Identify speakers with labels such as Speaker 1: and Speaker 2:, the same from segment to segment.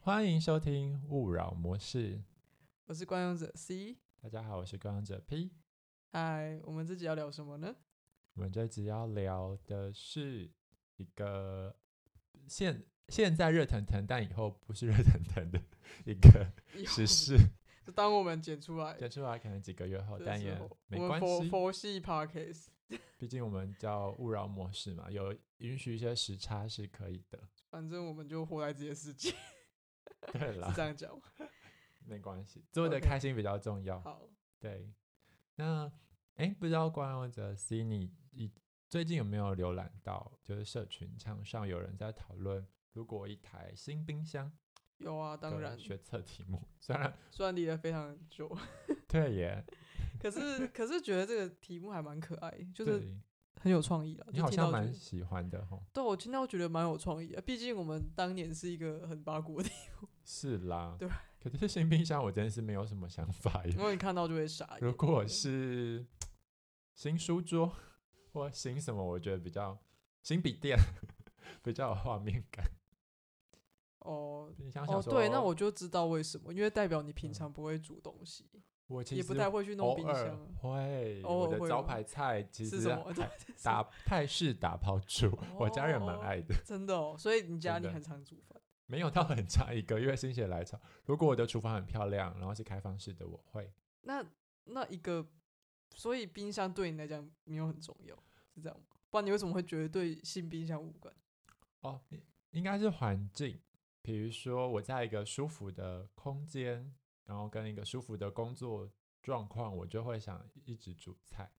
Speaker 1: 欢迎收听勿扰模式。
Speaker 2: 我是惯用者 C。
Speaker 1: 大家好，我是观赏者 P。
Speaker 2: 嗨，我们这集要聊什么呢？
Speaker 1: 我们这集要聊的是一个现现在热腾腾，但以后不是热腾腾的 一个
Speaker 2: 以后
Speaker 1: 时 事，
Speaker 2: 就当我们剪出来
Speaker 1: 剪出来可能几个月后，
Speaker 2: 的
Speaker 1: 但
Speaker 2: 时
Speaker 1: 也
Speaker 2: 候
Speaker 1: 没
Speaker 2: 我们
Speaker 1: 关
Speaker 2: 佛
Speaker 1: 系，
Speaker 2: 佛系 Podcast，
Speaker 1: 毕竟我们叫勿扰模式嘛，有允许一些时差是可以的。
Speaker 2: 反正我们就活在自己的世界， 是
Speaker 1: 对啦
Speaker 2: 这，样讲吗。
Speaker 1: 没关系，做的
Speaker 2: OK
Speaker 1: 开心比较重要。
Speaker 2: 好，
Speaker 1: 对，那哎，诶不知道观众者 C 你你最近有没有浏览到，就是社群场上有人在讨论，如果一台新冰箱
Speaker 2: 有啊，当
Speaker 1: 的
Speaker 2: 然，
Speaker 1: 学测题目， 虽然
Speaker 2: 虽然离得非常久，
Speaker 1: 对耶，
Speaker 2: 可是可是觉得这个题目还蛮可爱，就是
Speaker 1: 对
Speaker 2: 很有创意了。啊
Speaker 1: 你
Speaker 2: 就
Speaker 1: 好
Speaker 2: 听
Speaker 1: 像
Speaker 2: 到觉
Speaker 1: 蛮
Speaker 2: 得
Speaker 1: 喜欢的吼，
Speaker 2: 对，我听到觉得蛮有创意的，毕竟我们当年是一个很八股的地
Speaker 1: 是啦，
Speaker 2: 对。嗯
Speaker 1: 可是新冰箱我真的是没有什么想法耶
Speaker 2: 方，因。为你看到就会傻
Speaker 1: 如
Speaker 2: 眼。
Speaker 1: 果是新书桌或新什么，我觉得比较新笔电 比较有画面感。
Speaker 2: 哦
Speaker 1: 冰箱想
Speaker 2: 哦，
Speaker 1: 说，
Speaker 2: 对，那我就知道为什么，因为代表你
Speaker 1: 嗯
Speaker 2: 平常不会煮东西，
Speaker 1: 我其
Speaker 2: 也
Speaker 1: 实
Speaker 2: 不太会去弄
Speaker 1: 偶
Speaker 2: 冰
Speaker 1: 尔
Speaker 2: 箱啊。
Speaker 1: 会，
Speaker 2: 偶
Speaker 1: 我
Speaker 2: 尔
Speaker 1: 的
Speaker 2: 会
Speaker 1: 招
Speaker 2: 吗
Speaker 1: 牌菜其
Speaker 2: 是
Speaker 1: 实
Speaker 2: 什 么？对
Speaker 1: 还，
Speaker 2: 对是
Speaker 1: 打泰式打抛 猪，我家人蛮
Speaker 2: 哦
Speaker 1: 爱的，
Speaker 2: 真的哦，所以你家
Speaker 1: 真
Speaker 2: 里
Speaker 1: 的
Speaker 2: 很常煮饭
Speaker 1: 没有到很差一个月心血来潮。如果我的厨房很漂亮，然后是开放式的，我会
Speaker 2: 那那一个，所以冰箱对你来讲没有很重要，是这样吗？不然你为什么会觉得对新冰箱无关？
Speaker 1: 哦，应该是环境，比如说我在一个舒服的空间，然后跟一个舒服的工作状况，我就会想一直煮菜，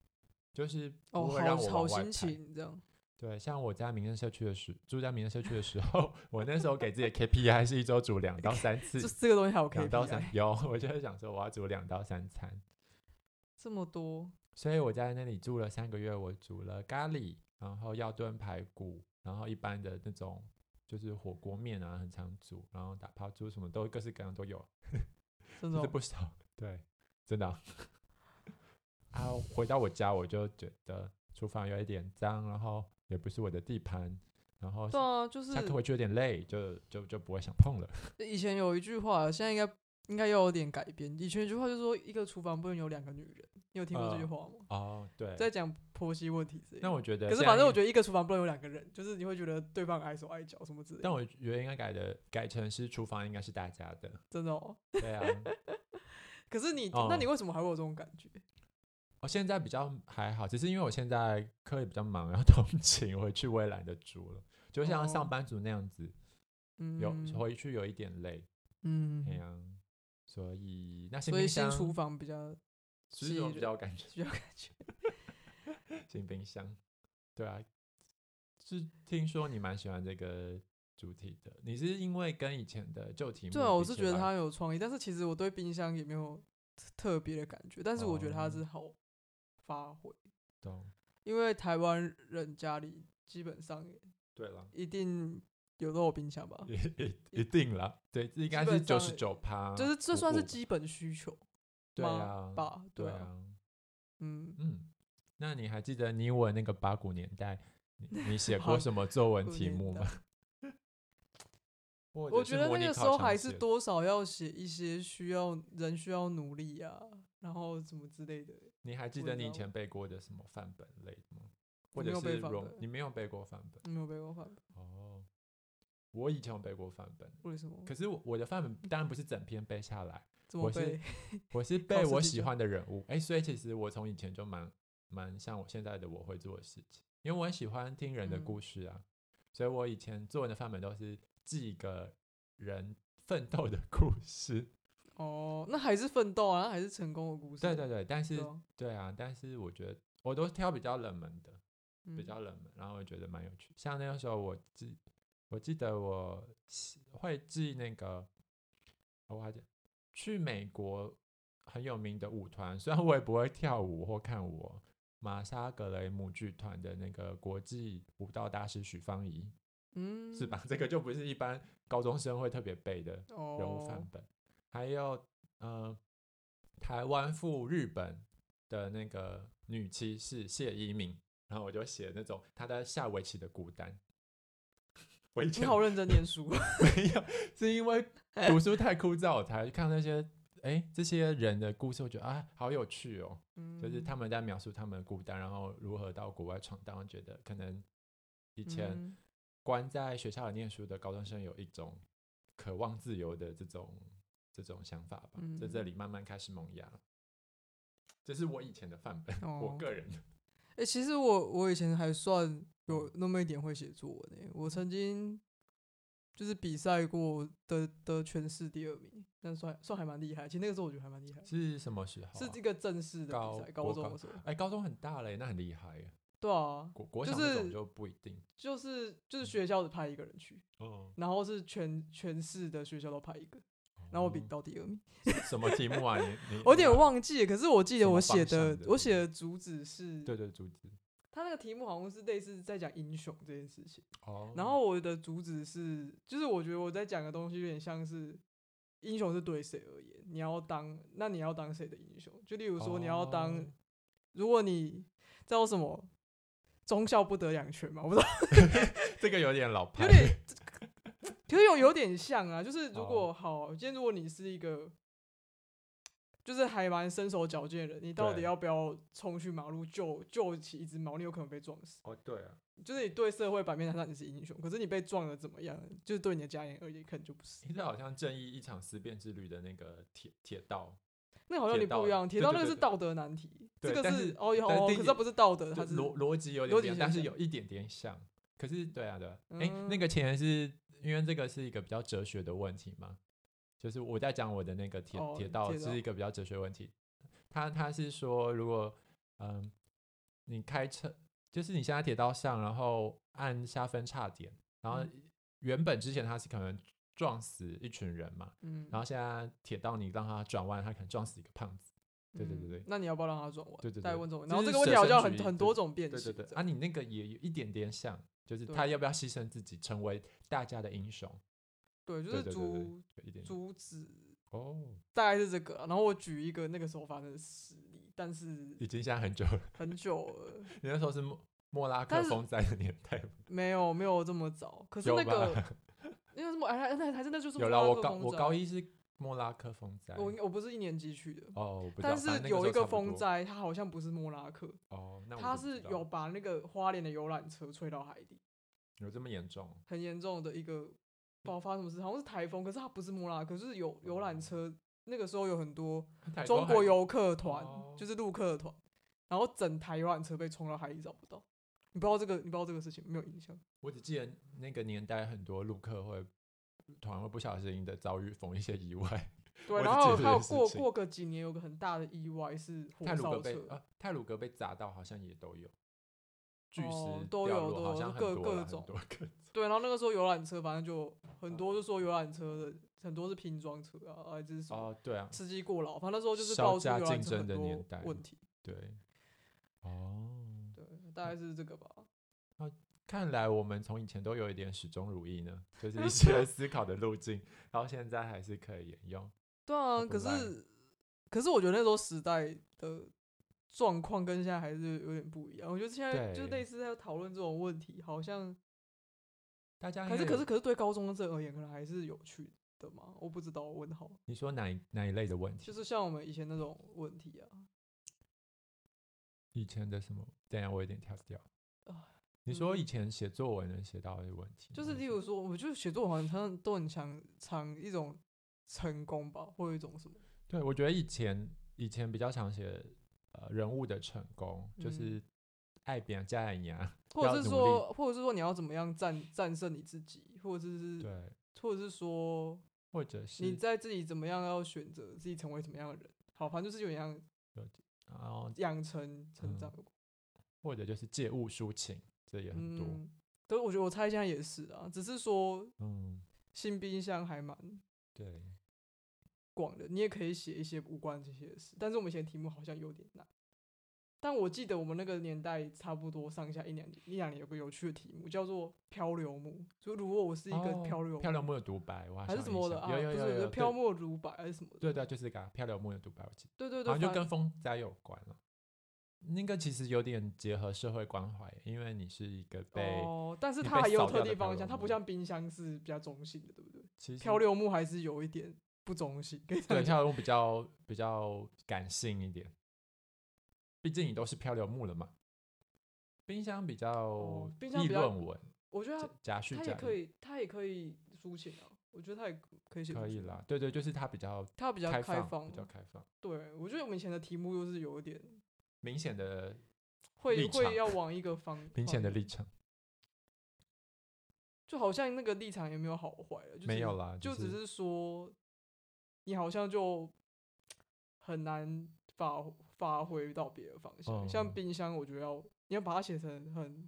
Speaker 1: 就是
Speaker 2: 哦，
Speaker 1: 不会让
Speaker 2: 好
Speaker 1: 我
Speaker 2: 好
Speaker 1: 往外
Speaker 2: 心
Speaker 1: 跑。
Speaker 2: 情这样。
Speaker 1: 对，像我在民生社区的时，住在民生社区的时候， 我那时候给自己的 KPI 是一周煮两到三次
Speaker 2: 这，这个东西还有
Speaker 1: 两到三
Speaker 2: KPI，
Speaker 1: 有， 我就会想说我要煮两到三餐，
Speaker 2: 这么多
Speaker 1: 所以我在那里住了三个月，我煮了咖喱，然后药炖排骨，然后一般的那种就是火锅面啊，很常煮，然后打泡猪什么都各式各样都有，
Speaker 2: 真的
Speaker 1: 就是
Speaker 2: 哦
Speaker 1: 不少，对，真的啊。 啊，回到我家我就觉得厨房有一点脏，然后也不是我的地盘，然后
Speaker 2: 对啊，就是
Speaker 1: 下课回去有点累，就就就不会想碰了。
Speaker 2: 以前有一句话，现在应该应该要有点改变。以前有一句话就说一个厨房不能有两个女人，你有听过这句
Speaker 1: 呃
Speaker 2: 话吗？
Speaker 1: 哦，对，
Speaker 2: 在讲婆媳问题之类的。
Speaker 1: 那我觉得，
Speaker 2: 可是反正我觉得一个厨房不能有两个人，就是你会觉得对方碍手碍脚什么之类的。
Speaker 1: 但我觉得应该改的改成是厨房应该是大家 的，
Speaker 2: 真的哦，
Speaker 1: 对啊。
Speaker 2: 可是你、
Speaker 1: 哦
Speaker 2: 那你为什么还会有这种感觉？
Speaker 1: 我现在比较还好，只是因为我现在课业比较忙，然后通勤回去我也懒得煮了，就像上
Speaker 2: 哦
Speaker 1: 班族那样子，
Speaker 2: 嗯，
Speaker 1: 有回去有一点累，
Speaker 2: 嗯
Speaker 1: 哎，呀、所以那新
Speaker 2: 所以
Speaker 1: 冰
Speaker 2: 新
Speaker 1: 箱
Speaker 2: 厨房比较
Speaker 1: 其实我
Speaker 2: 吸
Speaker 1: 比较有感觉，
Speaker 2: 比较感觉。
Speaker 1: 新冰箱，对啊，是听说你蛮喜欢这个主题的，你是因为跟以前的旧题目
Speaker 2: 对啊，我
Speaker 1: 比
Speaker 2: 是
Speaker 1: 起
Speaker 2: 觉得
Speaker 1: 来
Speaker 2: 它有创意，但是其实我对冰箱也没有特特别的感觉，但是我觉得它
Speaker 1: 哦
Speaker 2: 是好发挥，
Speaker 1: 懂，
Speaker 2: 因为台湾人家里基本上
Speaker 1: 对了。
Speaker 2: 一定有都有冰箱吧，
Speaker 1: 一一一定了，对，这应该是
Speaker 2: 哦本
Speaker 1: 九
Speaker 2: 上
Speaker 1: 十九趴，
Speaker 2: 就是这算是基本需求
Speaker 1: 对
Speaker 2: 吗
Speaker 1: 啊，
Speaker 2: 吧？
Speaker 1: 对
Speaker 2: 啊，
Speaker 1: 啊，
Speaker 2: 嗯，
Speaker 1: 嗯，那你还记得你我那个八股年代， 你你写过什么作文
Speaker 2: 过
Speaker 1: 题
Speaker 2: 年
Speaker 1: 目
Speaker 2: 的
Speaker 1: 吗？ 或者
Speaker 2: 我
Speaker 1: 是
Speaker 2: 觉得
Speaker 1: 模
Speaker 2: 那
Speaker 1: 拟
Speaker 2: 个时
Speaker 1: 考
Speaker 2: 候
Speaker 1: 常
Speaker 2: 还
Speaker 1: 写
Speaker 2: 是
Speaker 1: 的
Speaker 2: 多少要写一些需要人需要努力啊，然后什么之类的。
Speaker 1: 你还记
Speaker 2: 文
Speaker 1: 得你以
Speaker 2: 章
Speaker 1: 前背过的什么范本类的吗？或
Speaker 2: 我
Speaker 1: 者
Speaker 2: 没有
Speaker 1: 是
Speaker 2: 背范
Speaker 1: 容
Speaker 2: 本
Speaker 1: 你没有背过范本
Speaker 2: 没有背过范本，
Speaker 1: 哦？我以前有背过范本，
Speaker 2: 为什么？
Speaker 1: 可是我我的范本当然不是整篇背下来，
Speaker 2: 怎么
Speaker 1: 我是
Speaker 2: 背？
Speaker 1: 我哦是
Speaker 2: 考
Speaker 1: 背
Speaker 2: 试
Speaker 1: 我
Speaker 2: 技
Speaker 1: 喜
Speaker 2: 巧
Speaker 1: 欢的人物，哎、所以其实我从以前就蛮蛮像我现在的我会做的事情，因为我很喜欢听人的
Speaker 2: 嗯
Speaker 1: 故事啊，所以我以前作文的范本都是记一个人奋斗的 故事，
Speaker 2: 哦，那还是奋斗啊，那还是成功的故事。
Speaker 1: 对对对，但
Speaker 2: 对
Speaker 1: 是
Speaker 2: 啊，
Speaker 1: 对啊，但是我觉得我都挑比较冷门的，
Speaker 2: 嗯
Speaker 1: 比较冷门，然后我觉得蛮有趣。像那个时候我记，我记得我是会记那个，哦我还记去美国很有名的舞团，虽然我也不会跳舞或看舞哦，玛莎格雷姆剧团的那个国际舞蹈大师许芳宜，
Speaker 2: 嗯，
Speaker 1: 是吧？这个就不是一般高中生会特别背的
Speaker 2: 哦？
Speaker 1: 人物范本，还有呃，台湾赴日本的那个女骑士谢依敏，然后我就写那种她在下围棋的孤单。我以
Speaker 2: 你
Speaker 1: 前
Speaker 2: 好认真念书，啊
Speaker 1: 没有，是因为读书太枯燥，我才看那些哎、这些人的故事，我觉得啊好有趣哦，
Speaker 2: 嗯
Speaker 1: 就是他们在描述他们的孤单，然后如何到国外闯荡，我觉得可能以前
Speaker 2: 嗯
Speaker 1: 关在学校里念书的高中生有一种渴望自由的这种这种想法吧，在这
Speaker 2: 嗯
Speaker 1: 里慢慢开始萌芽。这是我以前的范本， 我
Speaker 2: 哦，
Speaker 1: 个人
Speaker 2: 哎、其实我我以前还算
Speaker 1: 嗯
Speaker 2: 有那么一点会写作文诶、我曾经就是比赛过得得全市第二名，但算算还蛮厉害。其实那个时候我觉得还蛮厉害，
Speaker 1: 是什么时候、啊？
Speaker 2: 是这个正式的
Speaker 1: 高
Speaker 2: 比赛，高
Speaker 1: 国
Speaker 2: 中
Speaker 1: 高
Speaker 2: 的时候。
Speaker 1: 哎、高中很大嘞，那很厉害耶。
Speaker 2: 对啊，
Speaker 1: 国国
Speaker 2: 就
Speaker 1: 小那种
Speaker 2: 是
Speaker 1: 就不一定。
Speaker 2: 就是
Speaker 1: 嗯
Speaker 2: 就是学校只派一个人去，
Speaker 1: 哦，
Speaker 2: 然后是全全市的学校都派一个，然后我比
Speaker 1: 哦
Speaker 2: 到第二名。
Speaker 1: 什么题目啊？ 你你
Speaker 2: 我有点
Speaker 1: 你
Speaker 2: 忘记了，可是我记
Speaker 1: 什
Speaker 2: 得
Speaker 1: 么
Speaker 2: 我
Speaker 1: 方
Speaker 2: 写
Speaker 1: 向
Speaker 2: 的
Speaker 1: 的
Speaker 2: 我写的主旨是，
Speaker 1: 对对竹子
Speaker 2: 他那个题目好像是类似在讲英雄这件事情。
Speaker 1: 哦，
Speaker 2: 然后我的主旨是，就是我觉得我在讲的东西有点像是英雄是对谁而言，你要当那你要当谁的英雄？就例如说你要当，
Speaker 1: 哦
Speaker 2: 如果你叫什么忠孝不得两全嘛，我不知道，
Speaker 1: 这个有点老派，
Speaker 2: 有点，可是有有点像啊，就是
Speaker 1: 哦
Speaker 2: 如果好，今天如果你是一个。就是还蛮身手矫健的人，你到底
Speaker 1: 对
Speaker 2: 要不要冲去马路救救起一只猫？你有可能被撞死。
Speaker 1: 哦对啊，
Speaker 2: 就是你对社会版面上你是英雄，可是你被撞了怎么样？就是对你的家人而言，可能就不是。
Speaker 1: 诶这好像正义一场思辨之旅的那个铁铁道，
Speaker 2: 那好像你不一样，
Speaker 1: 铁
Speaker 2: 铁
Speaker 1: 道
Speaker 2: 道
Speaker 1: 对
Speaker 2: 那个
Speaker 1: 对
Speaker 2: 是
Speaker 1: 对
Speaker 2: 道德难题，
Speaker 1: 对
Speaker 2: 这个
Speaker 1: 但
Speaker 2: 是
Speaker 1: 是
Speaker 2: 哦有
Speaker 1: 但
Speaker 2: 哦，
Speaker 1: 是
Speaker 2: 可是它不是道德，它
Speaker 1: 就是逻逻辑有
Speaker 2: 逻
Speaker 1: 点不
Speaker 2: 辑
Speaker 1: 一样，
Speaker 2: 很
Speaker 1: 但是
Speaker 2: 像
Speaker 1: 有一点点像。可是对啊对啊，哎、那
Speaker 2: 嗯
Speaker 1: 个前是因为这个是一个比较哲学的问题嘛，就是我在讲我的那个铁
Speaker 2: 哦
Speaker 1: 铁道
Speaker 2: 铁
Speaker 1: 是
Speaker 2: 道
Speaker 1: 一个比较哲学问题，他他是说如果嗯你开车，就是你现在铁道上，然后按下分叉点，然后
Speaker 2: 嗯
Speaker 1: 原本之前他是可能撞死一群人嘛，
Speaker 2: 嗯，
Speaker 1: 然后现在铁道你让他转弯，他可能撞死一个胖子。对对对对
Speaker 2: 嗯那你要不要让它转弯？
Speaker 1: 对对对
Speaker 2: 大概问这种问题，
Speaker 1: 这
Speaker 2: 然后
Speaker 1: 是
Speaker 2: 这个问
Speaker 1: 舍
Speaker 2: 题好像
Speaker 1: 身
Speaker 2: 很
Speaker 1: 取义
Speaker 2: 很
Speaker 1: 对
Speaker 2: 多种变
Speaker 1: 对
Speaker 2: 形，
Speaker 1: 对对，啊，你那个也有一点点像，就是
Speaker 2: 对
Speaker 1: 他要不要牺牲自己成为大家的英雄，
Speaker 2: 对，就
Speaker 1: 对
Speaker 2: 是
Speaker 1: 对对
Speaker 2: 主
Speaker 1: 有一点点
Speaker 2: 主旨
Speaker 1: 哦，
Speaker 2: 大概是这个啊。然后我举一个那个时候发生的实例，但是
Speaker 1: 已经现在很久了，
Speaker 2: 很久了，
Speaker 1: 你那时候是莫莫拉克
Speaker 2: 但是
Speaker 1: 风灾的年代吗，
Speaker 2: 没有 没有这么早。可是
Speaker 1: 有
Speaker 2: 那
Speaker 1: 吧
Speaker 2: 个那个什么，哎，那还真的就是
Speaker 1: 有
Speaker 2: 莫拉
Speaker 1: 啦，我
Speaker 2: 克
Speaker 1: 高
Speaker 2: 风
Speaker 1: 我
Speaker 2: 筝
Speaker 1: 高一是莫拉克风灾，
Speaker 2: 啊我应我不是一年级去的，
Speaker 1: 哦，我不知道
Speaker 2: 但
Speaker 1: 反正
Speaker 2: 是
Speaker 1: 那
Speaker 2: 有一
Speaker 1: 时候
Speaker 2: 个
Speaker 1: 差不
Speaker 2: 风
Speaker 1: 多
Speaker 2: 灾，它好像不是莫拉克，
Speaker 1: 哦，那我
Speaker 2: 它
Speaker 1: 就不
Speaker 2: 是
Speaker 1: 知道
Speaker 2: 有把那个花莲的游览车吹到海底，
Speaker 1: 有这么严重哦，
Speaker 2: 很严重的一个
Speaker 1: 嗯
Speaker 2: 爆发生什么事，好像是台风，可是它不是莫拉克，就是有游
Speaker 1: 哦
Speaker 2: 览车那个时候有很多
Speaker 1: 台
Speaker 2: 中
Speaker 1: 东还
Speaker 2: 国游客团
Speaker 1: 哦，
Speaker 2: 就是陆客团，然后整台游览车被冲到海里找不到。你不知道这个，你不知道这个事情没有印象，
Speaker 1: 我只记得那个年代很多陆客会突然会不小心的遭遇逢一些意外，我
Speaker 2: 对，
Speaker 1: 只
Speaker 2: 然
Speaker 1: 记
Speaker 2: 后
Speaker 1: 得
Speaker 2: 还有
Speaker 1: 这件事
Speaker 2: 过
Speaker 1: 情
Speaker 2: 过个几年有个很大的意外是火
Speaker 1: 泰鲁
Speaker 2: 烧
Speaker 1: 格
Speaker 2: 车
Speaker 1: 被，啊泰鲁格被砸到好像也都有。巨石、
Speaker 2: 哦都有都
Speaker 1: 好
Speaker 2: 有
Speaker 1: 像
Speaker 2: 各
Speaker 1: 很多啦
Speaker 2: 各
Speaker 1: 很
Speaker 2: 种
Speaker 1: 多 个
Speaker 2: 对，然后那个时候游览车反正就
Speaker 1: 嗯
Speaker 2: 很多，就说游览车的很多是拼装车啊，还是什么
Speaker 1: 哦，对啊，
Speaker 2: 司机过劳，反正那时候就是
Speaker 1: 稍
Speaker 2: 爆出
Speaker 1: 加
Speaker 2: 游
Speaker 1: 竞
Speaker 2: 览车
Speaker 1: 争
Speaker 2: 很
Speaker 1: 的年
Speaker 2: 多
Speaker 1: 代
Speaker 2: 问题。
Speaker 1: 对，哦，
Speaker 2: 对，大概是这个吧。
Speaker 1: 看来我们从以前都有一点始终如一呢，就是一些 思考的路径，然后现在还是可以沿用。
Speaker 2: 对啊，
Speaker 1: 不
Speaker 2: 可
Speaker 1: 赖
Speaker 2: 是可是我觉得那时候时代的状况跟现在还是有点不一样。我觉得现在就
Speaker 1: 对
Speaker 2: 类似在讨论这种问题，好像
Speaker 1: 大家
Speaker 2: 还
Speaker 1: 应
Speaker 2: 是
Speaker 1: 该
Speaker 2: 可
Speaker 1: 有
Speaker 2: 是可是对高中生而言，可能还是有趣的嘛。我不知道，问号。
Speaker 1: 你说哪一哪一类的问题？
Speaker 2: 就是像我们以前那种问题啊，
Speaker 1: 以前的什么？等一下我有点跳掉
Speaker 2: 啊。
Speaker 1: 你说
Speaker 2: 嗯
Speaker 1: 以前写作文能写到的问题吗，
Speaker 2: 就是
Speaker 1: 还
Speaker 2: 例如说，我觉得写作文好像他们都很强，强一种成功吧，或有一种什么，
Speaker 1: 对，我觉得以前以前比较常写呃人物的成功，就
Speaker 2: 嗯
Speaker 1: 是爱别人加爱 呀，
Speaker 2: 或者
Speaker 1: 要
Speaker 2: 是
Speaker 1: 努
Speaker 2: 说，或者是说你要怎么样战战胜你自己，或者是，
Speaker 1: 对，
Speaker 2: 或者是说
Speaker 1: 或者是
Speaker 2: 你在自己怎么样要选择自己成为怎么样的人。好，反正就是有点像
Speaker 1: 然后
Speaker 2: 养成成
Speaker 1: 嗯
Speaker 2: 长，
Speaker 1: 或者就是借物抒情，这也很多。
Speaker 2: 嗯，对，我觉得我猜现在也是啊，只是说
Speaker 1: 嗯，
Speaker 2: 新冰箱还蛮
Speaker 1: 对，
Speaker 2: 广的，你也可以写一些无关这些事。但是我们以前题目好像有点难。但我记得我们那个年代差不多上下一两年，一两年有个有趣的题目叫做漂流木。就如果我是一个
Speaker 1: 哦
Speaker 2: 漂流木，
Speaker 1: 漂流木的独白，我
Speaker 2: 还是
Speaker 1: 像
Speaker 2: 什
Speaker 1: 有
Speaker 2: 么
Speaker 1: 印
Speaker 2: 的
Speaker 1: 象
Speaker 2: 啊？
Speaker 1: 有有
Speaker 2: 不
Speaker 1: 有
Speaker 2: 是
Speaker 1: 有
Speaker 2: 是
Speaker 1: 有
Speaker 2: 漂沫如白还是什么的？
Speaker 1: 对对对，就是个漂流木的独白，我记得，
Speaker 2: 对对对，
Speaker 1: 好像就
Speaker 2: 反
Speaker 1: 跟风灾有关了。那个其实有点结合社会关怀，因为你是一个被、
Speaker 2: 哦，但是
Speaker 1: 你
Speaker 2: 它
Speaker 1: 被
Speaker 2: 还有
Speaker 1: 扫掉
Speaker 2: 特
Speaker 1: 的
Speaker 2: 地
Speaker 1: 漂
Speaker 2: 方
Speaker 1: 流
Speaker 2: 向，它
Speaker 1: 木
Speaker 2: 不像冰箱是比较中性的，对不对？
Speaker 1: 其实
Speaker 2: 漂流木还是有一点不中性，可以这
Speaker 1: 对
Speaker 2: 样讲
Speaker 1: 漂流木比较比较感性一点，毕竟你都是漂流木了嘛。冰箱比较
Speaker 2: 哦冰箱
Speaker 1: 议
Speaker 2: 比较
Speaker 1: 论文，
Speaker 2: 我觉得
Speaker 1: 夹
Speaker 2: 他
Speaker 1: 叙
Speaker 2: 他也
Speaker 1: 夹
Speaker 2: 可
Speaker 1: 议
Speaker 2: 以，他也可以抒情啊，我觉得他也可以写
Speaker 1: 可
Speaker 2: 抒
Speaker 1: 以
Speaker 2: 情，
Speaker 1: 啦，对对，就是它比较
Speaker 2: 他比较
Speaker 1: 开
Speaker 2: 开
Speaker 1: 放，
Speaker 2: 放
Speaker 1: 比。较开放，
Speaker 2: 对，我觉得我们以前的题目都是有一点
Speaker 1: 明显的立
Speaker 2: 会
Speaker 1: 场
Speaker 2: 会要往一个方，
Speaker 1: 明显的
Speaker 2: 方
Speaker 1: 立场
Speaker 2: 就好像那个立场也没有好坏了，就是
Speaker 1: 没有啦，
Speaker 2: 就只
Speaker 1: 是
Speaker 2: 是说，你好像就很难发发挥到别的方向。
Speaker 1: 嗯
Speaker 2: 像冰箱，我觉得要你要把它写成很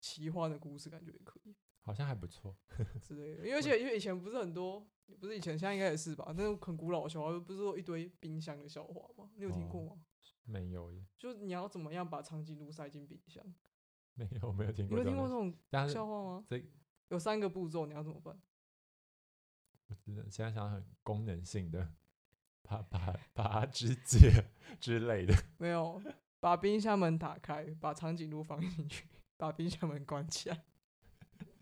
Speaker 2: 奇幻的故事，感觉也可 以
Speaker 1: 好像还不错。
Speaker 2: 之类的。因为而且因为以前不是很多，不是以前，现在应该也是吧？那种很古老的笑话，不是说一堆冰箱的笑话吗？你有听过
Speaker 1: 哦
Speaker 2: 吗？
Speaker 1: 没有耶，
Speaker 2: 就是你要怎么样把长颈鹿塞进冰箱？
Speaker 1: 没有，没有听
Speaker 2: 你
Speaker 1: 过
Speaker 2: 有
Speaker 1: 这
Speaker 2: 听
Speaker 1: 种
Speaker 2: 过
Speaker 1: 东西。
Speaker 2: 这种
Speaker 1: 但是
Speaker 2: 笑话吗？
Speaker 1: 这
Speaker 2: 有三个步骤，你要怎么办？
Speaker 1: 我真的现在想很功能性的，把把把肢解之类的，
Speaker 2: 没有，把冰箱门打开，把长颈鹿放进去，把冰箱门关起来。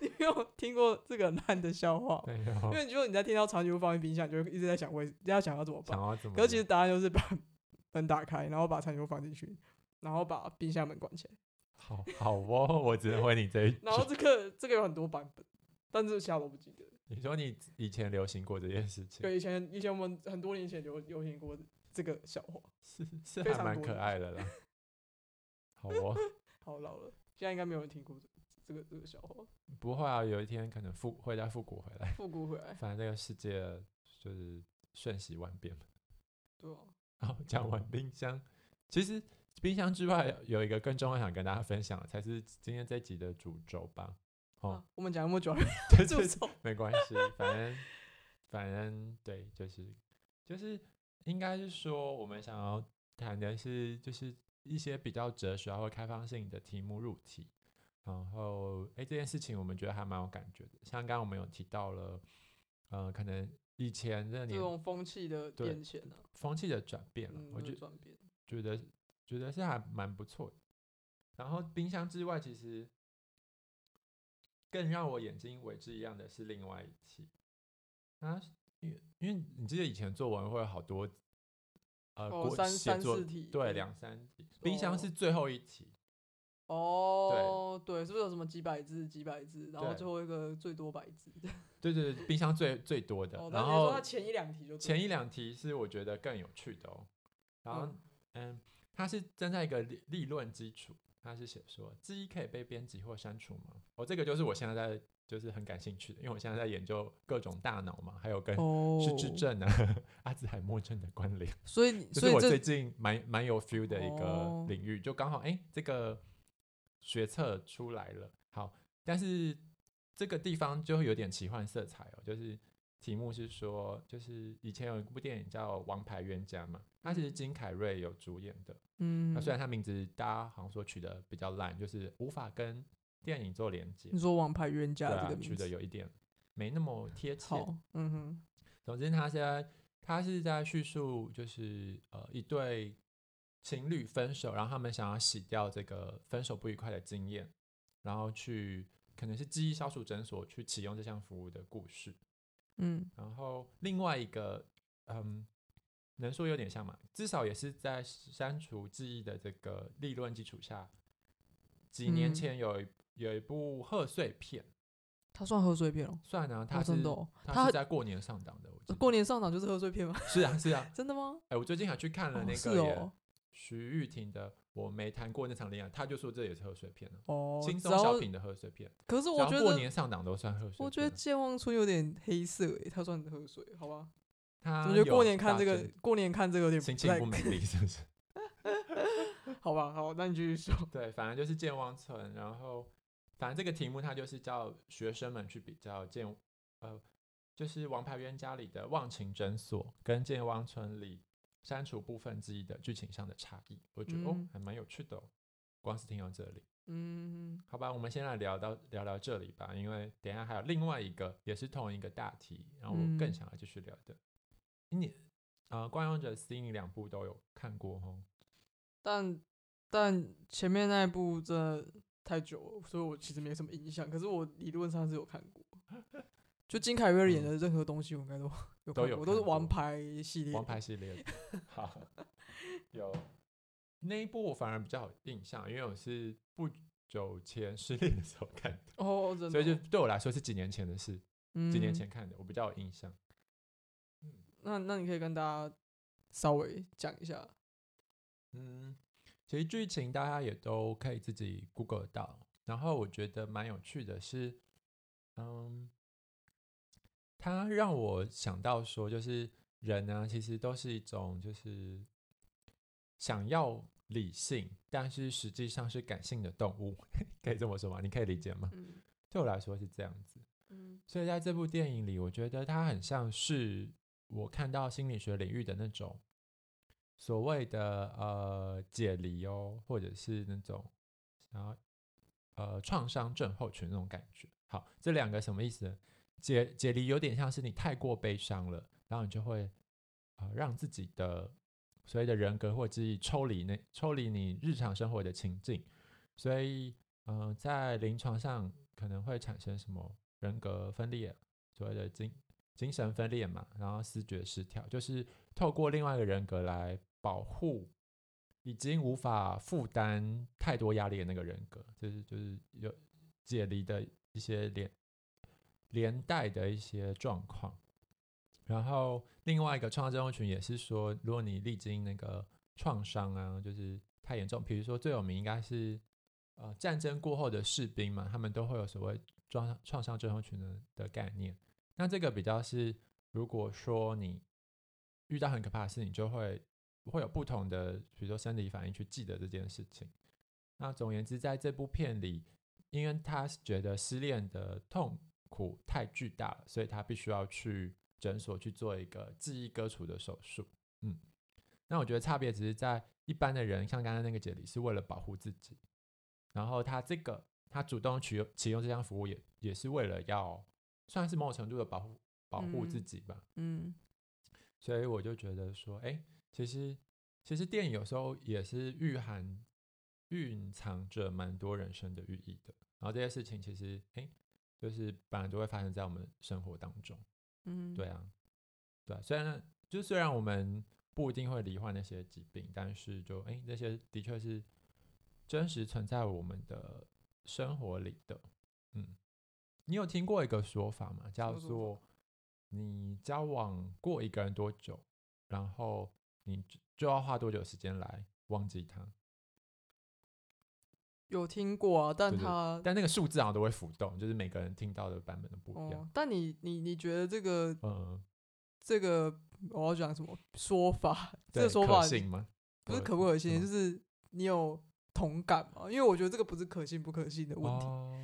Speaker 2: 你没有听过这个烂的笑话吗？
Speaker 1: 没有
Speaker 2: 因为你说你在听到长颈鹿放进冰箱，你就会一直在想为要想要怎么办
Speaker 1: 想。要怎么
Speaker 2: 可
Speaker 1: 样？
Speaker 2: 是其实答案就是把门打开，然后把长颈鹿放进去，然后把冰箱门关起来。
Speaker 1: 好好哦，我只能回你这一
Speaker 2: 然后
Speaker 1: 句。
Speaker 2: 这个这个有很多版本，但是其他我不记得。
Speaker 1: 你说你以前流行过这件事情，
Speaker 2: 对，以前以前我们很多年前流流行过这个笑话，
Speaker 1: 是是
Speaker 2: 非
Speaker 1: 还
Speaker 2: 常
Speaker 1: 蛮
Speaker 2: 多
Speaker 1: 可
Speaker 2: 年
Speaker 1: 爱的啦。 好哦，
Speaker 2: 好老了，现在应该没有人听过这个这个笑话。
Speaker 1: 不会啊，有一天可能复回家复古回来，
Speaker 2: 复古回来，
Speaker 1: 反正这个世界就是瞬息万变嘛。
Speaker 2: 对啊吧、
Speaker 1: 好，讲完冰箱，其实冰箱之外有一个更重要想跟大家分享的，才是今天这集的主轴吧。 哦，
Speaker 2: 啊，我们讲那么久了，
Speaker 1: 对
Speaker 2: 助
Speaker 1: 对
Speaker 2: 手
Speaker 1: 没关系，反正反正对，就是就是应该是说，我们想要谈的是就是一些比较哲学啊或开放性的题目入题。然后，哎，这件事情我们觉得还蛮有感觉的。像刚刚我们有提到了，呃，可能以前这个
Speaker 2: 这
Speaker 1: 年
Speaker 2: 种风气的
Speaker 1: 对
Speaker 2: 变迁啊，
Speaker 1: 风气的转变了，
Speaker 2: 嗯，
Speaker 1: 我
Speaker 2: 这
Speaker 1: 觉
Speaker 2: 种
Speaker 1: 得
Speaker 2: 转变，
Speaker 1: 觉得觉得是还蛮不错的。然后冰箱之外，其实更让我眼睛为之一亮的是另外一题。啊，因为因为你记得以前作文会有好多呃，
Speaker 2: 哦
Speaker 1: 国
Speaker 2: 三
Speaker 1: 写
Speaker 2: 三
Speaker 1: 作
Speaker 2: 四题
Speaker 1: 对
Speaker 2: 嗯
Speaker 1: 两三题，冰箱
Speaker 2: 哦
Speaker 1: 是最后一题，
Speaker 2: 哦，对，是不是有什么几百字、几百字，然后
Speaker 1: 对
Speaker 2: 最后一个最多百字？
Speaker 1: 对对对，冰箱最最多的。
Speaker 2: 哦，那
Speaker 1: 然
Speaker 2: 你说
Speaker 1: 后
Speaker 2: 他前一两题就对
Speaker 1: 前
Speaker 2: 了
Speaker 1: 一两题是我觉得更有趣的哦。然后
Speaker 2: 嗯
Speaker 1: 嗯，它是站在一个理理论基础，它是写说记忆可以被编辑或删除吗？哦，这个就是我现在在就是很感兴趣的，因为我现在在研究各种大脑嘛，还有跟
Speaker 2: 哦
Speaker 1: 失智，症啊、 阿兹海默症的关联，
Speaker 2: 所以
Speaker 1: 这
Speaker 2: 所
Speaker 1: 是
Speaker 2: 以
Speaker 1: 我
Speaker 2: 这
Speaker 1: 最近蛮蛮有 feel 的一个
Speaker 2: 哦
Speaker 1: 领域，就刚好哎、诶这个学测出来了，好，但是这个地方就会有点奇幻色彩哦，就是题目是说，就是以前有一部电影叫《王牌冤家》嘛，它其实金凯瑞有主演的，
Speaker 2: 嗯
Speaker 1: 那、啊虽然他名字大家好像说取得比较烂，就是无法跟电影做连接，
Speaker 2: 说王牌冤
Speaker 1: 对
Speaker 2: 家
Speaker 1: 啊，取得有一点没那么贴切，，
Speaker 2: 嗯哼，
Speaker 1: 总之，他现在他是在叙述，就是呃一对情侣分手，然后他们想要洗掉这个分手不愉快的经验，然后去可能是记忆消除诊所去启用这项服务的故事。
Speaker 2: 嗯
Speaker 1: 然后另外一个，嗯，能说有点像嘛，至少也是在删除记忆的这个理论基础下，几年
Speaker 2: 嗯
Speaker 1: 前有一、有一部贺岁片，
Speaker 2: 他算贺岁片哦，
Speaker 1: 算啊，它
Speaker 2: 哦
Speaker 1: 是、
Speaker 2: 真的哦，
Speaker 1: 它
Speaker 2: 它
Speaker 1: 是在过年上档的，我记得
Speaker 2: 过年上档就是贺岁片吗？
Speaker 1: 是啊是啊，
Speaker 2: 真的吗？
Speaker 1: 哎、我最近还去看了
Speaker 2: 哦
Speaker 1: 那
Speaker 2: 是
Speaker 1: 个耶
Speaker 2: 哦，
Speaker 1: 徐玉婷的《我没谈过那场恋爱》，他就说这也是贺岁片了、
Speaker 2: 哦，
Speaker 1: 轻
Speaker 2: 只
Speaker 1: 松小
Speaker 2: 要
Speaker 1: 品的贺岁片，
Speaker 2: 可是
Speaker 1: 只
Speaker 2: 我
Speaker 1: 要
Speaker 2: 觉
Speaker 1: 过
Speaker 2: 得
Speaker 1: 年上档都算贺岁片了。
Speaker 2: 我觉得健忘村有点黑色欸诶、它算喝水，好吧？
Speaker 1: 他
Speaker 2: 我觉得过
Speaker 1: 有啊
Speaker 2: 年看
Speaker 1: 大
Speaker 2: 这个
Speaker 1: 正，
Speaker 2: 过年看这个有点
Speaker 1: 心
Speaker 2: 不
Speaker 1: 情
Speaker 2: 太
Speaker 1: 不美 丽，是不是？
Speaker 2: 好吧？好，那你继续说。
Speaker 1: 对，反正就是健忘村，然后反正这个题目它就是叫学生们去比较健，呃，就是《王牌冤家》里的忘情诊所跟健忘村里删除部分记忆的剧情上的差异，我觉得、哦
Speaker 2: 嗯
Speaker 1: 还蛮有趣的哦。光是听到这里。
Speaker 2: 嗯，
Speaker 1: 好吧，我们先来聊到聊聊这里吧，因为等一下还有另外一个也是同一个大题，然后我更
Speaker 2: 嗯
Speaker 1: 想要继续聊的。你呃，《惯用者 C》你两部都有看过哦，
Speaker 2: 但但前面那一部真的太久了，所以我其实没什么印象。可是我理论上是有看过，就金凯瑞
Speaker 1: 嗯
Speaker 2: 演的任何东西，我应该都
Speaker 1: 都
Speaker 2: 有看
Speaker 1: 有
Speaker 2: 过我都是
Speaker 1: 看过
Speaker 2: 王牌系列。
Speaker 1: 王牌系 列的，好， 有那一部我反而比较有印象，因为我是不久前失恋的时候看的，
Speaker 2: 哦，真的哦，
Speaker 1: 所以就对我来说是几年前的事，几年
Speaker 2: 嗯
Speaker 1: 前看的，我比较有印象。
Speaker 2: 那那你可以跟大家稍微讲一下，
Speaker 1: 嗯，其实剧情大家也都可以自己 Google 得到。然后我觉得蛮有趣的是，嗯，它让我想到说，就是人呢、其实都是一种就是想要理性，但是实际上是感性的动物， 可以这么说吗？你可以理解吗？
Speaker 2: 嗯
Speaker 1: 对我来说是这样子。
Speaker 2: 嗯
Speaker 1: 所以在这部电影里，我觉得它很像是我看到心理学领域的那种所谓的呃解离哦，或者是那种然后呃创伤症候群那种感觉。好，这两个什么意思呢？解解离有点像是你太过悲伤了，然后你就会呃让自己的所谓的人格或记忆抽离那抽离你日常生活的情境，所以嗯、呃在临床上可能会产生什么人格分裂，所谓的精精神分裂嘛，然后思觉失调，就是透过另外一个人格来保护已经无法负担太多压力的那个人格，就是就是有解离的一些连连带的一些状况。然后另外一个创伤症候群也是说，如果你历经那个创伤啊，就是太严重，比如说最有名应该是呃战争过后的士兵嘛，他们都会有所谓创伤创伤症候群的的概念。那这个比较是，如果说你遇到很可怕的事，你就会会有不同的，比如说生理反应去记得这件事情。那总而言之，在这部片里，因为他觉得失恋的痛苦太巨大了，所以他必须要去诊所去做一个记忆割除的手术。嗯，那我觉得差别只是在一般的人，像刚才那个解离，是为了保护自己，然后他这个他主动取用启用这项服务也，也是为了要算是某种程度的保护保护自
Speaker 2: 嗯
Speaker 1: 己吧。
Speaker 2: 嗯
Speaker 1: 所以我就觉得说，哎、其实其实电影有时候也是蕴含蕴藏着蛮多人生的寓意的。然后这些事情其实，哎、就是本来都会发生在我们生活当中。
Speaker 2: 嗯，
Speaker 1: 对，啊，对啊，虽然就虽然我们不一定会罹患那些疾病，但是就哎、那些的确是真实存在我们的生活里的。嗯，你有听过一个说法吗？叫
Speaker 2: 么说法
Speaker 1: 做你交往过一个人多久，然后你就就要花多久时间来忘记他？
Speaker 2: 有听过啊，但
Speaker 1: 对对
Speaker 2: 他
Speaker 1: 但那个数字好像都会浮动，就是每个人听到的版本都不一样。
Speaker 2: 哦，但你你你觉得这个
Speaker 1: 嗯，
Speaker 2: 这个我要讲什么说法？这
Speaker 1: 对
Speaker 2: 个说
Speaker 1: 可
Speaker 2: 法
Speaker 1: 信吗？
Speaker 2: 不是
Speaker 1: 呃嗯
Speaker 2: 可不可信，就是是你有同感吗？因为我觉得这个不是可信不可信的问题，
Speaker 1: 哦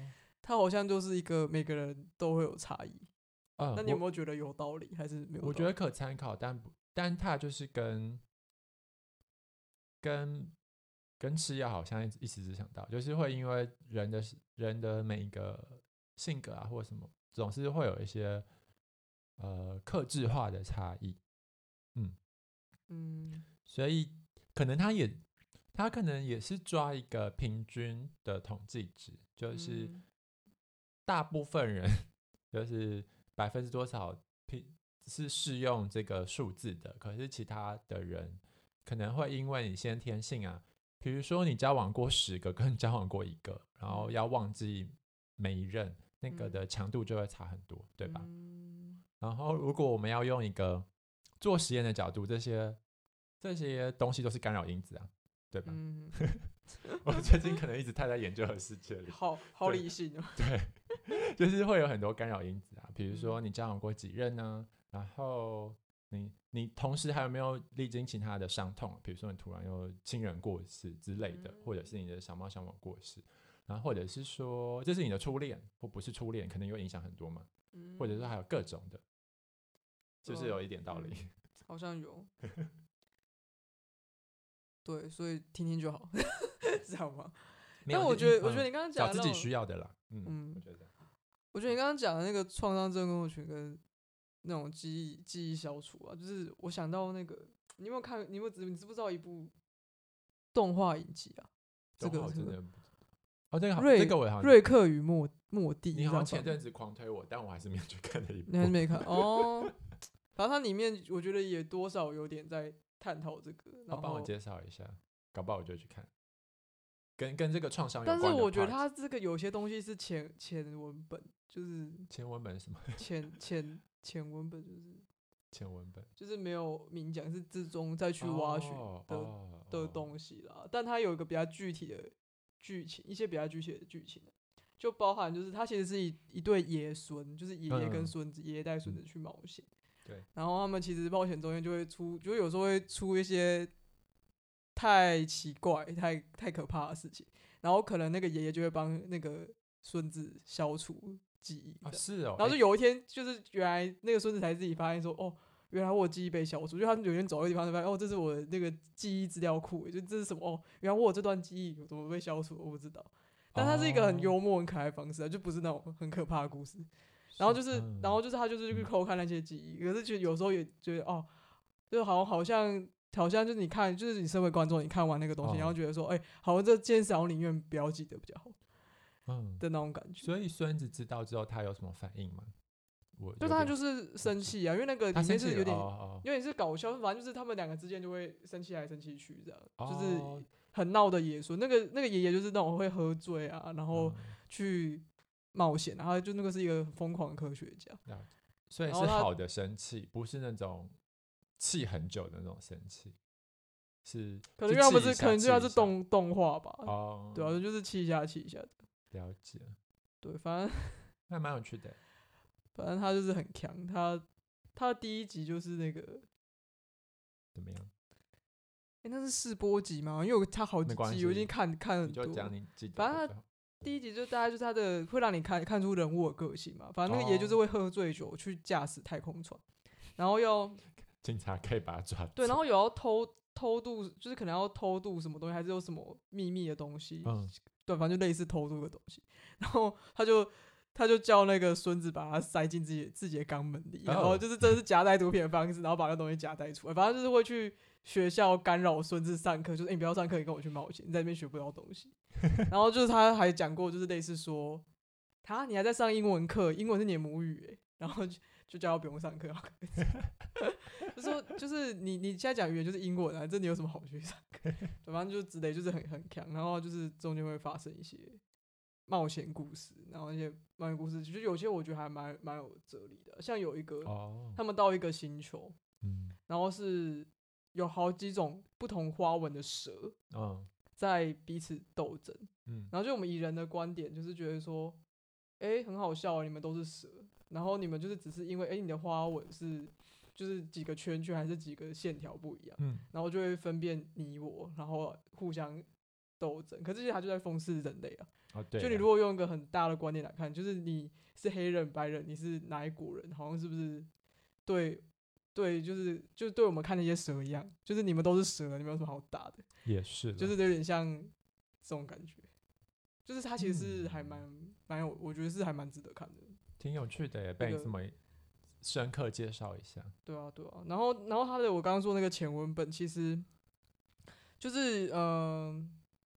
Speaker 2: 它好像就是一个每个人都会有差异。
Speaker 1: 嗯，
Speaker 2: 那你有
Speaker 1: 我
Speaker 2: 没有觉得有道理，还是没有道理？哦
Speaker 1: 我觉得可参考，但不，但它就是跟跟跟吃药好像一直一时只想到，就是会因为人的人的每一个性格啊，或什么，总是会有一些呃克制化的差异，
Speaker 2: 嗯
Speaker 1: 所以可能他也他可能也是抓一个平均的统计值，呃就是。
Speaker 2: 嗯
Speaker 1: 大部分人就是百分之多少平是适用这个数字的，可是其他的人可能会因为你先天性啊，比如说你交往过十个跟交往过一个，然后
Speaker 2: 嗯
Speaker 1: 要忘记每一任，那个
Speaker 2: 嗯
Speaker 1: 的强度就会差很多，对吧？
Speaker 2: 嗯
Speaker 1: 然后如果我们要用一个做实验的角度，这些这些东西都是干扰因子啊，对吧？
Speaker 2: 嗯，
Speaker 1: 我最近可能一直太在研究的世界里。
Speaker 2: 好好
Speaker 1: 对
Speaker 2: 理性哦。
Speaker 1: 就是会有很多干扰因子啊，比如
Speaker 2: 嗯
Speaker 1: 说你交往过几任呢？然后你你同时还有没有历经其他的伤痛？比如说你突然有亲人过世之类的，或者是
Speaker 2: 嗯
Speaker 1: 你的小猫小狗过世，然后或者是说这是你的初恋或不是初恋，可能也会影响很多嘛，或者是还
Speaker 2: 嗯
Speaker 1: 有各种的，是不是
Speaker 2: 对啊
Speaker 1: 有一点道理？
Speaker 2: 好 像有，对，所以听听就好， 知道吗？
Speaker 1: 嗯没有
Speaker 2: 但我
Speaker 1: 就
Speaker 2: 觉
Speaker 1: 是
Speaker 2: 得，我觉得
Speaker 1: 嗯
Speaker 2: 你刚刚
Speaker 1: 找
Speaker 2: 讲的
Speaker 1: 自
Speaker 2: 那
Speaker 1: 己
Speaker 2: 种
Speaker 1: 需要的啦，嗯，
Speaker 2: 嗯
Speaker 1: 我觉得这样
Speaker 2: 我觉得你刚刚讲的那个创伤症候群跟那种记忆记忆消除啊，就是我想到那个，你有没有看？你有没有知你知不知道一部动画影集啊？这
Speaker 1: 动画
Speaker 2: 个
Speaker 1: 我
Speaker 2: 这
Speaker 1: 真
Speaker 2: 个
Speaker 1: 的不哦，这个好，
Speaker 2: 瑞
Speaker 1: 这个我好像
Speaker 2: 瑞克与莫莫蒂，
Speaker 1: 你好像
Speaker 2: 知道
Speaker 1: 前
Speaker 2: 吧
Speaker 1: 阵子狂推我，但我还是没有去看那 一部
Speaker 2: 你。还是 没看哦。 反正它里面我觉得也多少有点在探讨这个，
Speaker 1: 那
Speaker 2: 然
Speaker 1: 帮我
Speaker 2: 后，
Speaker 1: 介绍一下，搞不好我就去看。跟跟这个创伤有
Speaker 2: 但
Speaker 1: 关
Speaker 2: 是
Speaker 1: 的 part，
Speaker 2: 我觉得它这个有些东西是前前文本，就是
Speaker 1: 前文本是什么？
Speaker 2: 前前前文本，就是
Speaker 1: 前文本
Speaker 2: 就是没有明讲，是之中再去挖寻
Speaker 1: 哦
Speaker 2: 的
Speaker 1: 哦
Speaker 2: 的
Speaker 1: 哦
Speaker 2: 东西啦。但它有一个比较具体的剧情，一些比较具体的剧情，就包含就是它其实是一一对爷孙，就是爷爷
Speaker 1: 嗯
Speaker 2: 跟孙子，爷爷带孙子去冒险。
Speaker 1: 对。
Speaker 2: 然后他们其实冒险中间就会出，就有时候会出一些太奇怪、太太可怕的事情，然后可能那个爷爷就会帮那个孙子消除记忆。
Speaker 1: 啊是哦，
Speaker 2: 然后
Speaker 1: 诶
Speaker 2: 就有一天，就是原来那个孙子才自己发现说，哦，原来我记忆被消除。就他们有一天走到一个地方，就发现哦，这是我的那个记忆资料库，就这是什么？哦，原来我有这段记忆怎么被消除，我不知道。但它是一个很
Speaker 1: 哦
Speaker 2: 幽默、很可爱的方式啊，就不是那种很可怕的故事。然后就是，
Speaker 1: 嗯
Speaker 2: 然后就是他就是去
Speaker 1: 嗯
Speaker 2: 偷看那些记忆，可是就有时候也觉得哦，就好像好像好像就是你看，就是你身为观众，你看完那个东西，然后
Speaker 1: 哦
Speaker 2: 觉得说，哎、好像这件事好像宁愿不要记得比较好
Speaker 1: 嗯，
Speaker 2: 的那种感觉。
Speaker 1: 所以孙子知道之后，他有什么反应吗？我
Speaker 2: 就
Speaker 1: 有
Speaker 2: 他
Speaker 1: 点
Speaker 2: 就是生气啊，因为那个
Speaker 1: 他
Speaker 2: 里
Speaker 1: 生
Speaker 2: 面
Speaker 1: 气
Speaker 2: 是
Speaker 1: 了
Speaker 2: 有点
Speaker 1: 哦
Speaker 2: 有点是搞笑，反正就是他们两个之间就会生气来生气去这样，
Speaker 1: 哦哦
Speaker 2: 就是很闹的爷孙。那个那个爷爷就是那种会喝醉啊，然后
Speaker 1: 嗯
Speaker 2: 去冒险，然后就那个是一个很疯狂的科学家。
Speaker 1: 了解所以
Speaker 2: 然
Speaker 1: 是
Speaker 2: 后他
Speaker 1: 好的生气，不是那种气很久的那种生气，是
Speaker 2: 可
Speaker 1: 就
Speaker 2: 能要不
Speaker 1: 气
Speaker 2: 是
Speaker 1: 一下
Speaker 2: 可能就要
Speaker 1: 气
Speaker 2: 是
Speaker 1: 一下
Speaker 2: 动动画吧，
Speaker 1: 哦，
Speaker 2: 对啊，就是气一下气一下的。
Speaker 1: 了解，
Speaker 2: 对，反正
Speaker 1: 那蛮有趣的。
Speaker 2: 反正他就是很强，他他第一集就是那个，
Speaker 1: 怎么样？
Speaker 2: 诶，那是试播集吗？因为我他好几
Speaker 1: 没关
Speaker 2: 集，我已
Speaker 1: 系
Speaker 2: 经看看
Speaker 1: 你
Speaker 2: 很多
Speaker 1: 就。讲你记得
Speaker 2: 反正
Speaker 1: 的
Speaker 2: 他
Speaker 1: 就好。
Speaker 2: 第一集就大概就是他的会让你看看出人物的个性嘛，反正那个爷就是
Speaker 1: 哦
Speaker 2: 会喝醉酒去驾驶太空船，然后要
Speaker 1: 警察可以把他抓走。
Speaker 2: 对，然后有要偷偷渡，就是可能要偷渡什么东西，还是有什么秘密的东西，
Speaker 1: 嗯，
Speaker 2: 对，反正就类似偷渡的东西。然后他就他就叫那个孙子把它塞进自己自己的肛门里，然后
Speaker 1: 哦
Speaker 2: 就是真的是夹带毒品的方式，然后把那东西夹带出来，反正就是会去学校干扰孙子上课，就是、欸、你不要上课，你跟我去冒险，你在那边学不到东西。然后就是他还讲过，就是类似说，他你还在上英文课，英文是你的母语、欸，然后就就叫他不用上 课，就说就是你你现在讲语言就是英文啊，这你有什么好去上课？ 对反正就之类就是很很强，然后就是中间会发生一些冒险故事，然后一些冒险故事，其实有些我觉得还蛮蛮有哲理的，像有一个、
Speaker 1: 哦，
Speaker 2: 他们到一个星球，
Speaker 1: 嗯
Speaker 2: 然后是有好几种不同花纹的蛇
Speaker 1: 嗯
Speaker 2: 在彼此斗争，
Speaker 1: 嗯，
Speaker 2: 然后就我们以人的观点就是觉得说，诶，很好笑啊，你们都是蛇，然后你们就是只是因为诶，你的花纹是就是几个圈圈还是几个线条不一样。
Speaker 1: 嗯，
Speaker 2: 然后就会分辨你我，然后互相斗争。可是其实他就在讽刺人类啊！
Speaker 1: 哦对啦，
Speaker 2: 就你如果用一个很大的观点来看，就是你是黑人、白人，你是哪一国人，好像是不是对对，就是就对我们看那些蛇一样，就是你们都是蛇，你们有什么好打的？
Speaker 1: 也是啦，
Speaker 2: 就是有点像这种感觉。就是他其实是还
Speaker 1: 嗯
Speaker 2: 蛮蛮有，我觉得是还蛮值得看的。
Speaker 1: 挺有趣的耶，被你
Speaker 2: 个
Speaker 1: 这么深刻介绍一下。
Speaker 2: 对啊，对啊。然后，然后他的我刚刚说那个前文本，其实就是嗯、呃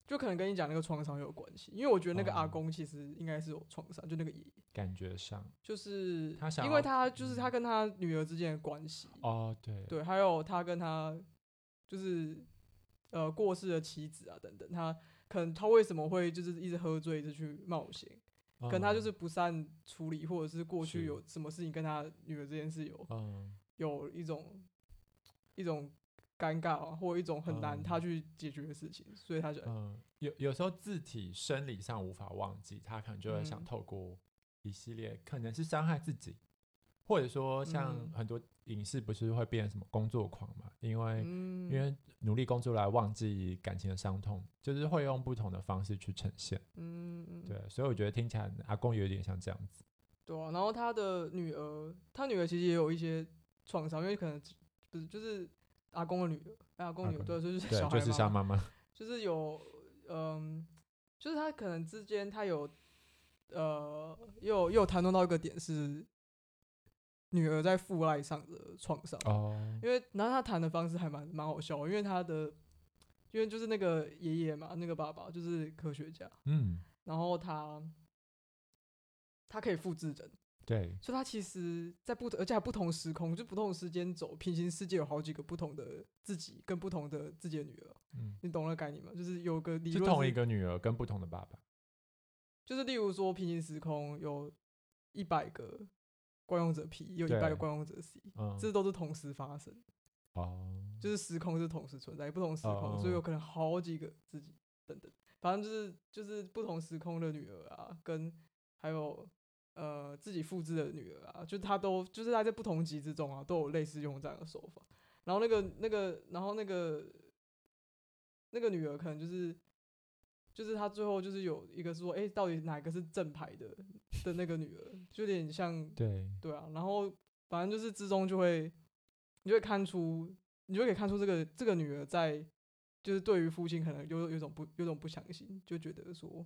Speaker 2: 就可能跟你讲那个创伤有关系，因为我觉得那个阿
Speaker 1: 哦
Speaker 2: 公其实应该是有创伤，就那个爷爷，
Speaker 1: 感觉上，
Speaker 2: 就是
Speaker 1: 他想
Speaker 2: 因为
Speaker 1: 要
Speaker 2: 他就是他
Speaker 1: 嗯
Speaker 2: 跟他女儿之间的关系，
Speaker 1: 哦对，
Speaker 2: 对，还有他跟他就是呃过世的妻子啊等等，他可能他为什么会就是一直喝醉，一直去冒险，可能他就是
Speaker 1: 嗯
Speaker 2: 不善处理，或者是过去
Speaker 1: 是
Speaker 2: 有什么事情跟他女儿这件事有
Speaker 1: 嗯
Speaker 2: 有一种一种尴尬、啊、或一种很难
Speaker 1: 嗯
Speaker 2: 他去解决的事情，所以他就、
Speaker 1: 嗯，有有时候字体生理上无法忘记，他可能就会想
Speaker 2: 嗯
Speaker 1: 透过一系列，可能是伤害自己，或者说像
Speaker 2: 嗯
Speaker 1: 很多影视不是会变成什么工作狂嘛，因为
Speaker 2: 嗯，
Speaker 1: 哎因为努力工作来忘记感情的伤痛，就是会用不同的方式去呈现。
Speaker 2: 嗯嗯
Speaker 1: 对，所以我觉得听起来阿公有点像这样子。
Speaker 2: 对啊，然后他的女儿，他女儿其实也有一些创伤，因为可能不是就是阿公的女儿，哎阿公的女儿
Speaker 1: 阿
Speaker 2: 对，
Speaker 1: 公
Speaker 2: 就是
Speaker 1: 对
Speaker 2: 小，孩
Speaker 1: 就是
Speaker 2: 嘛
Speaker 1: 像妈妈。
Speaker 2: 就是有，嗯，就是他可能之间他有，呃，又又谈论到一个点是，女儿在父爱上的创伤。
Speaker 1: 哦，
Speaker 2: 因为然后他谈的方式还蛮蛮好笑的，因为他的因为就是那个爷爷嘛，那个爸爸就是科学家，
Speaker 1: 嗯，
Speaker 2: 然后它它可以复制人，
Speaker 1: 对，
Speaker 2: 所以它其实在不同，而且还不同时空，就不同时间走，平行世界有好几个不同的自己跟不同的自己的女儿，
Speaker 1: 嗯，
Speaker 2: 你懂那个概念吗？就是有个理
Speaker 1: 是
Speaker 2: 论
Speaker 1: 同
Speaker 2: 是
Speaker 1: 一个女儿跟不同的爸爸，
Speaker 2: 就是例如说平行时空有一百个惯用者 P，有一
Speaker 1: 对
Speaker 2: 百个惯用者 C，
Speaker 1: 嗯，
Speaker 2: 这都是同时发生，
Speaker 1: 哦，
Speaker 2: 就是时空是同时存在，不同时空，所以有可能好几个自己等等，反正就是就是不同时空的女儿啊，跟还有呃自己复制的女儿啊，就她都就是她在不同集之中啊，都有类似用这样的手法。然后那个那个，然后那个那个女儿可能就是就是她最后就是有一个说，哎、到底哪个是正牌的的那个女儿，就有点像
Speaker 1: 对，
Speaker 2: 对啊，然后反正就是之中就会，你就会看出，你就可以看出这个这个女儿在，就是对于父亲可能有有种不有种不相信，就觉得说，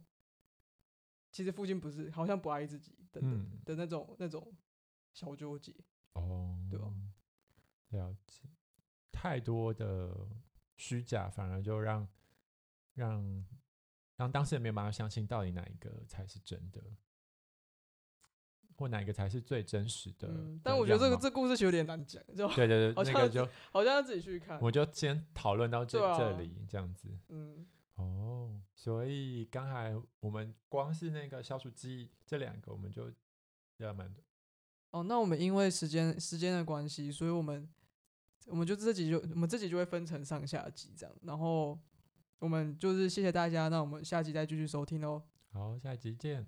Speaker 2: 其实父亲不是好像不爱自己等等
Speaker 1: 嗯，
Speaker 2: 的那种那种小纠结。
Speaker 1: 哦，
Speaker 2: 对吧
Speaker 1: 了解，太多的虚假反而就让让让当事人没有办法相信到底哪一个才是真的，或哪一个才是最真实的。
Speaker 2: 嗯
Speaker 1: 的，
Speaker 2: 但我觉得这个
Speaker 1: 样
Speaker 2: 这故事其实有点难讲，就
Speaker 1: 貌对对
Speaker 2: 好
Speaker 1: 对，那个
Speaker 2: 像
Speaker 1: 就
Speaker 2: 好像要自己去看。
Speaker 1: 我就先讨论到这、
Speaker 2: 对啊
Speaker 1: 这里这样子。
Speaker 2: 嗯，
Speaker 1: 哦，所以刚才我们光是那个消除记忆这两个，我们就要蛮多。
Speaker 2: 哦，那我们因为时间时间的关系，所以我们我们就这集就我们这集就会分成上下集这样，然后我们就是谢谢大家，那我们下集再继续收听喽。
Speaker 1: 好，下一集见。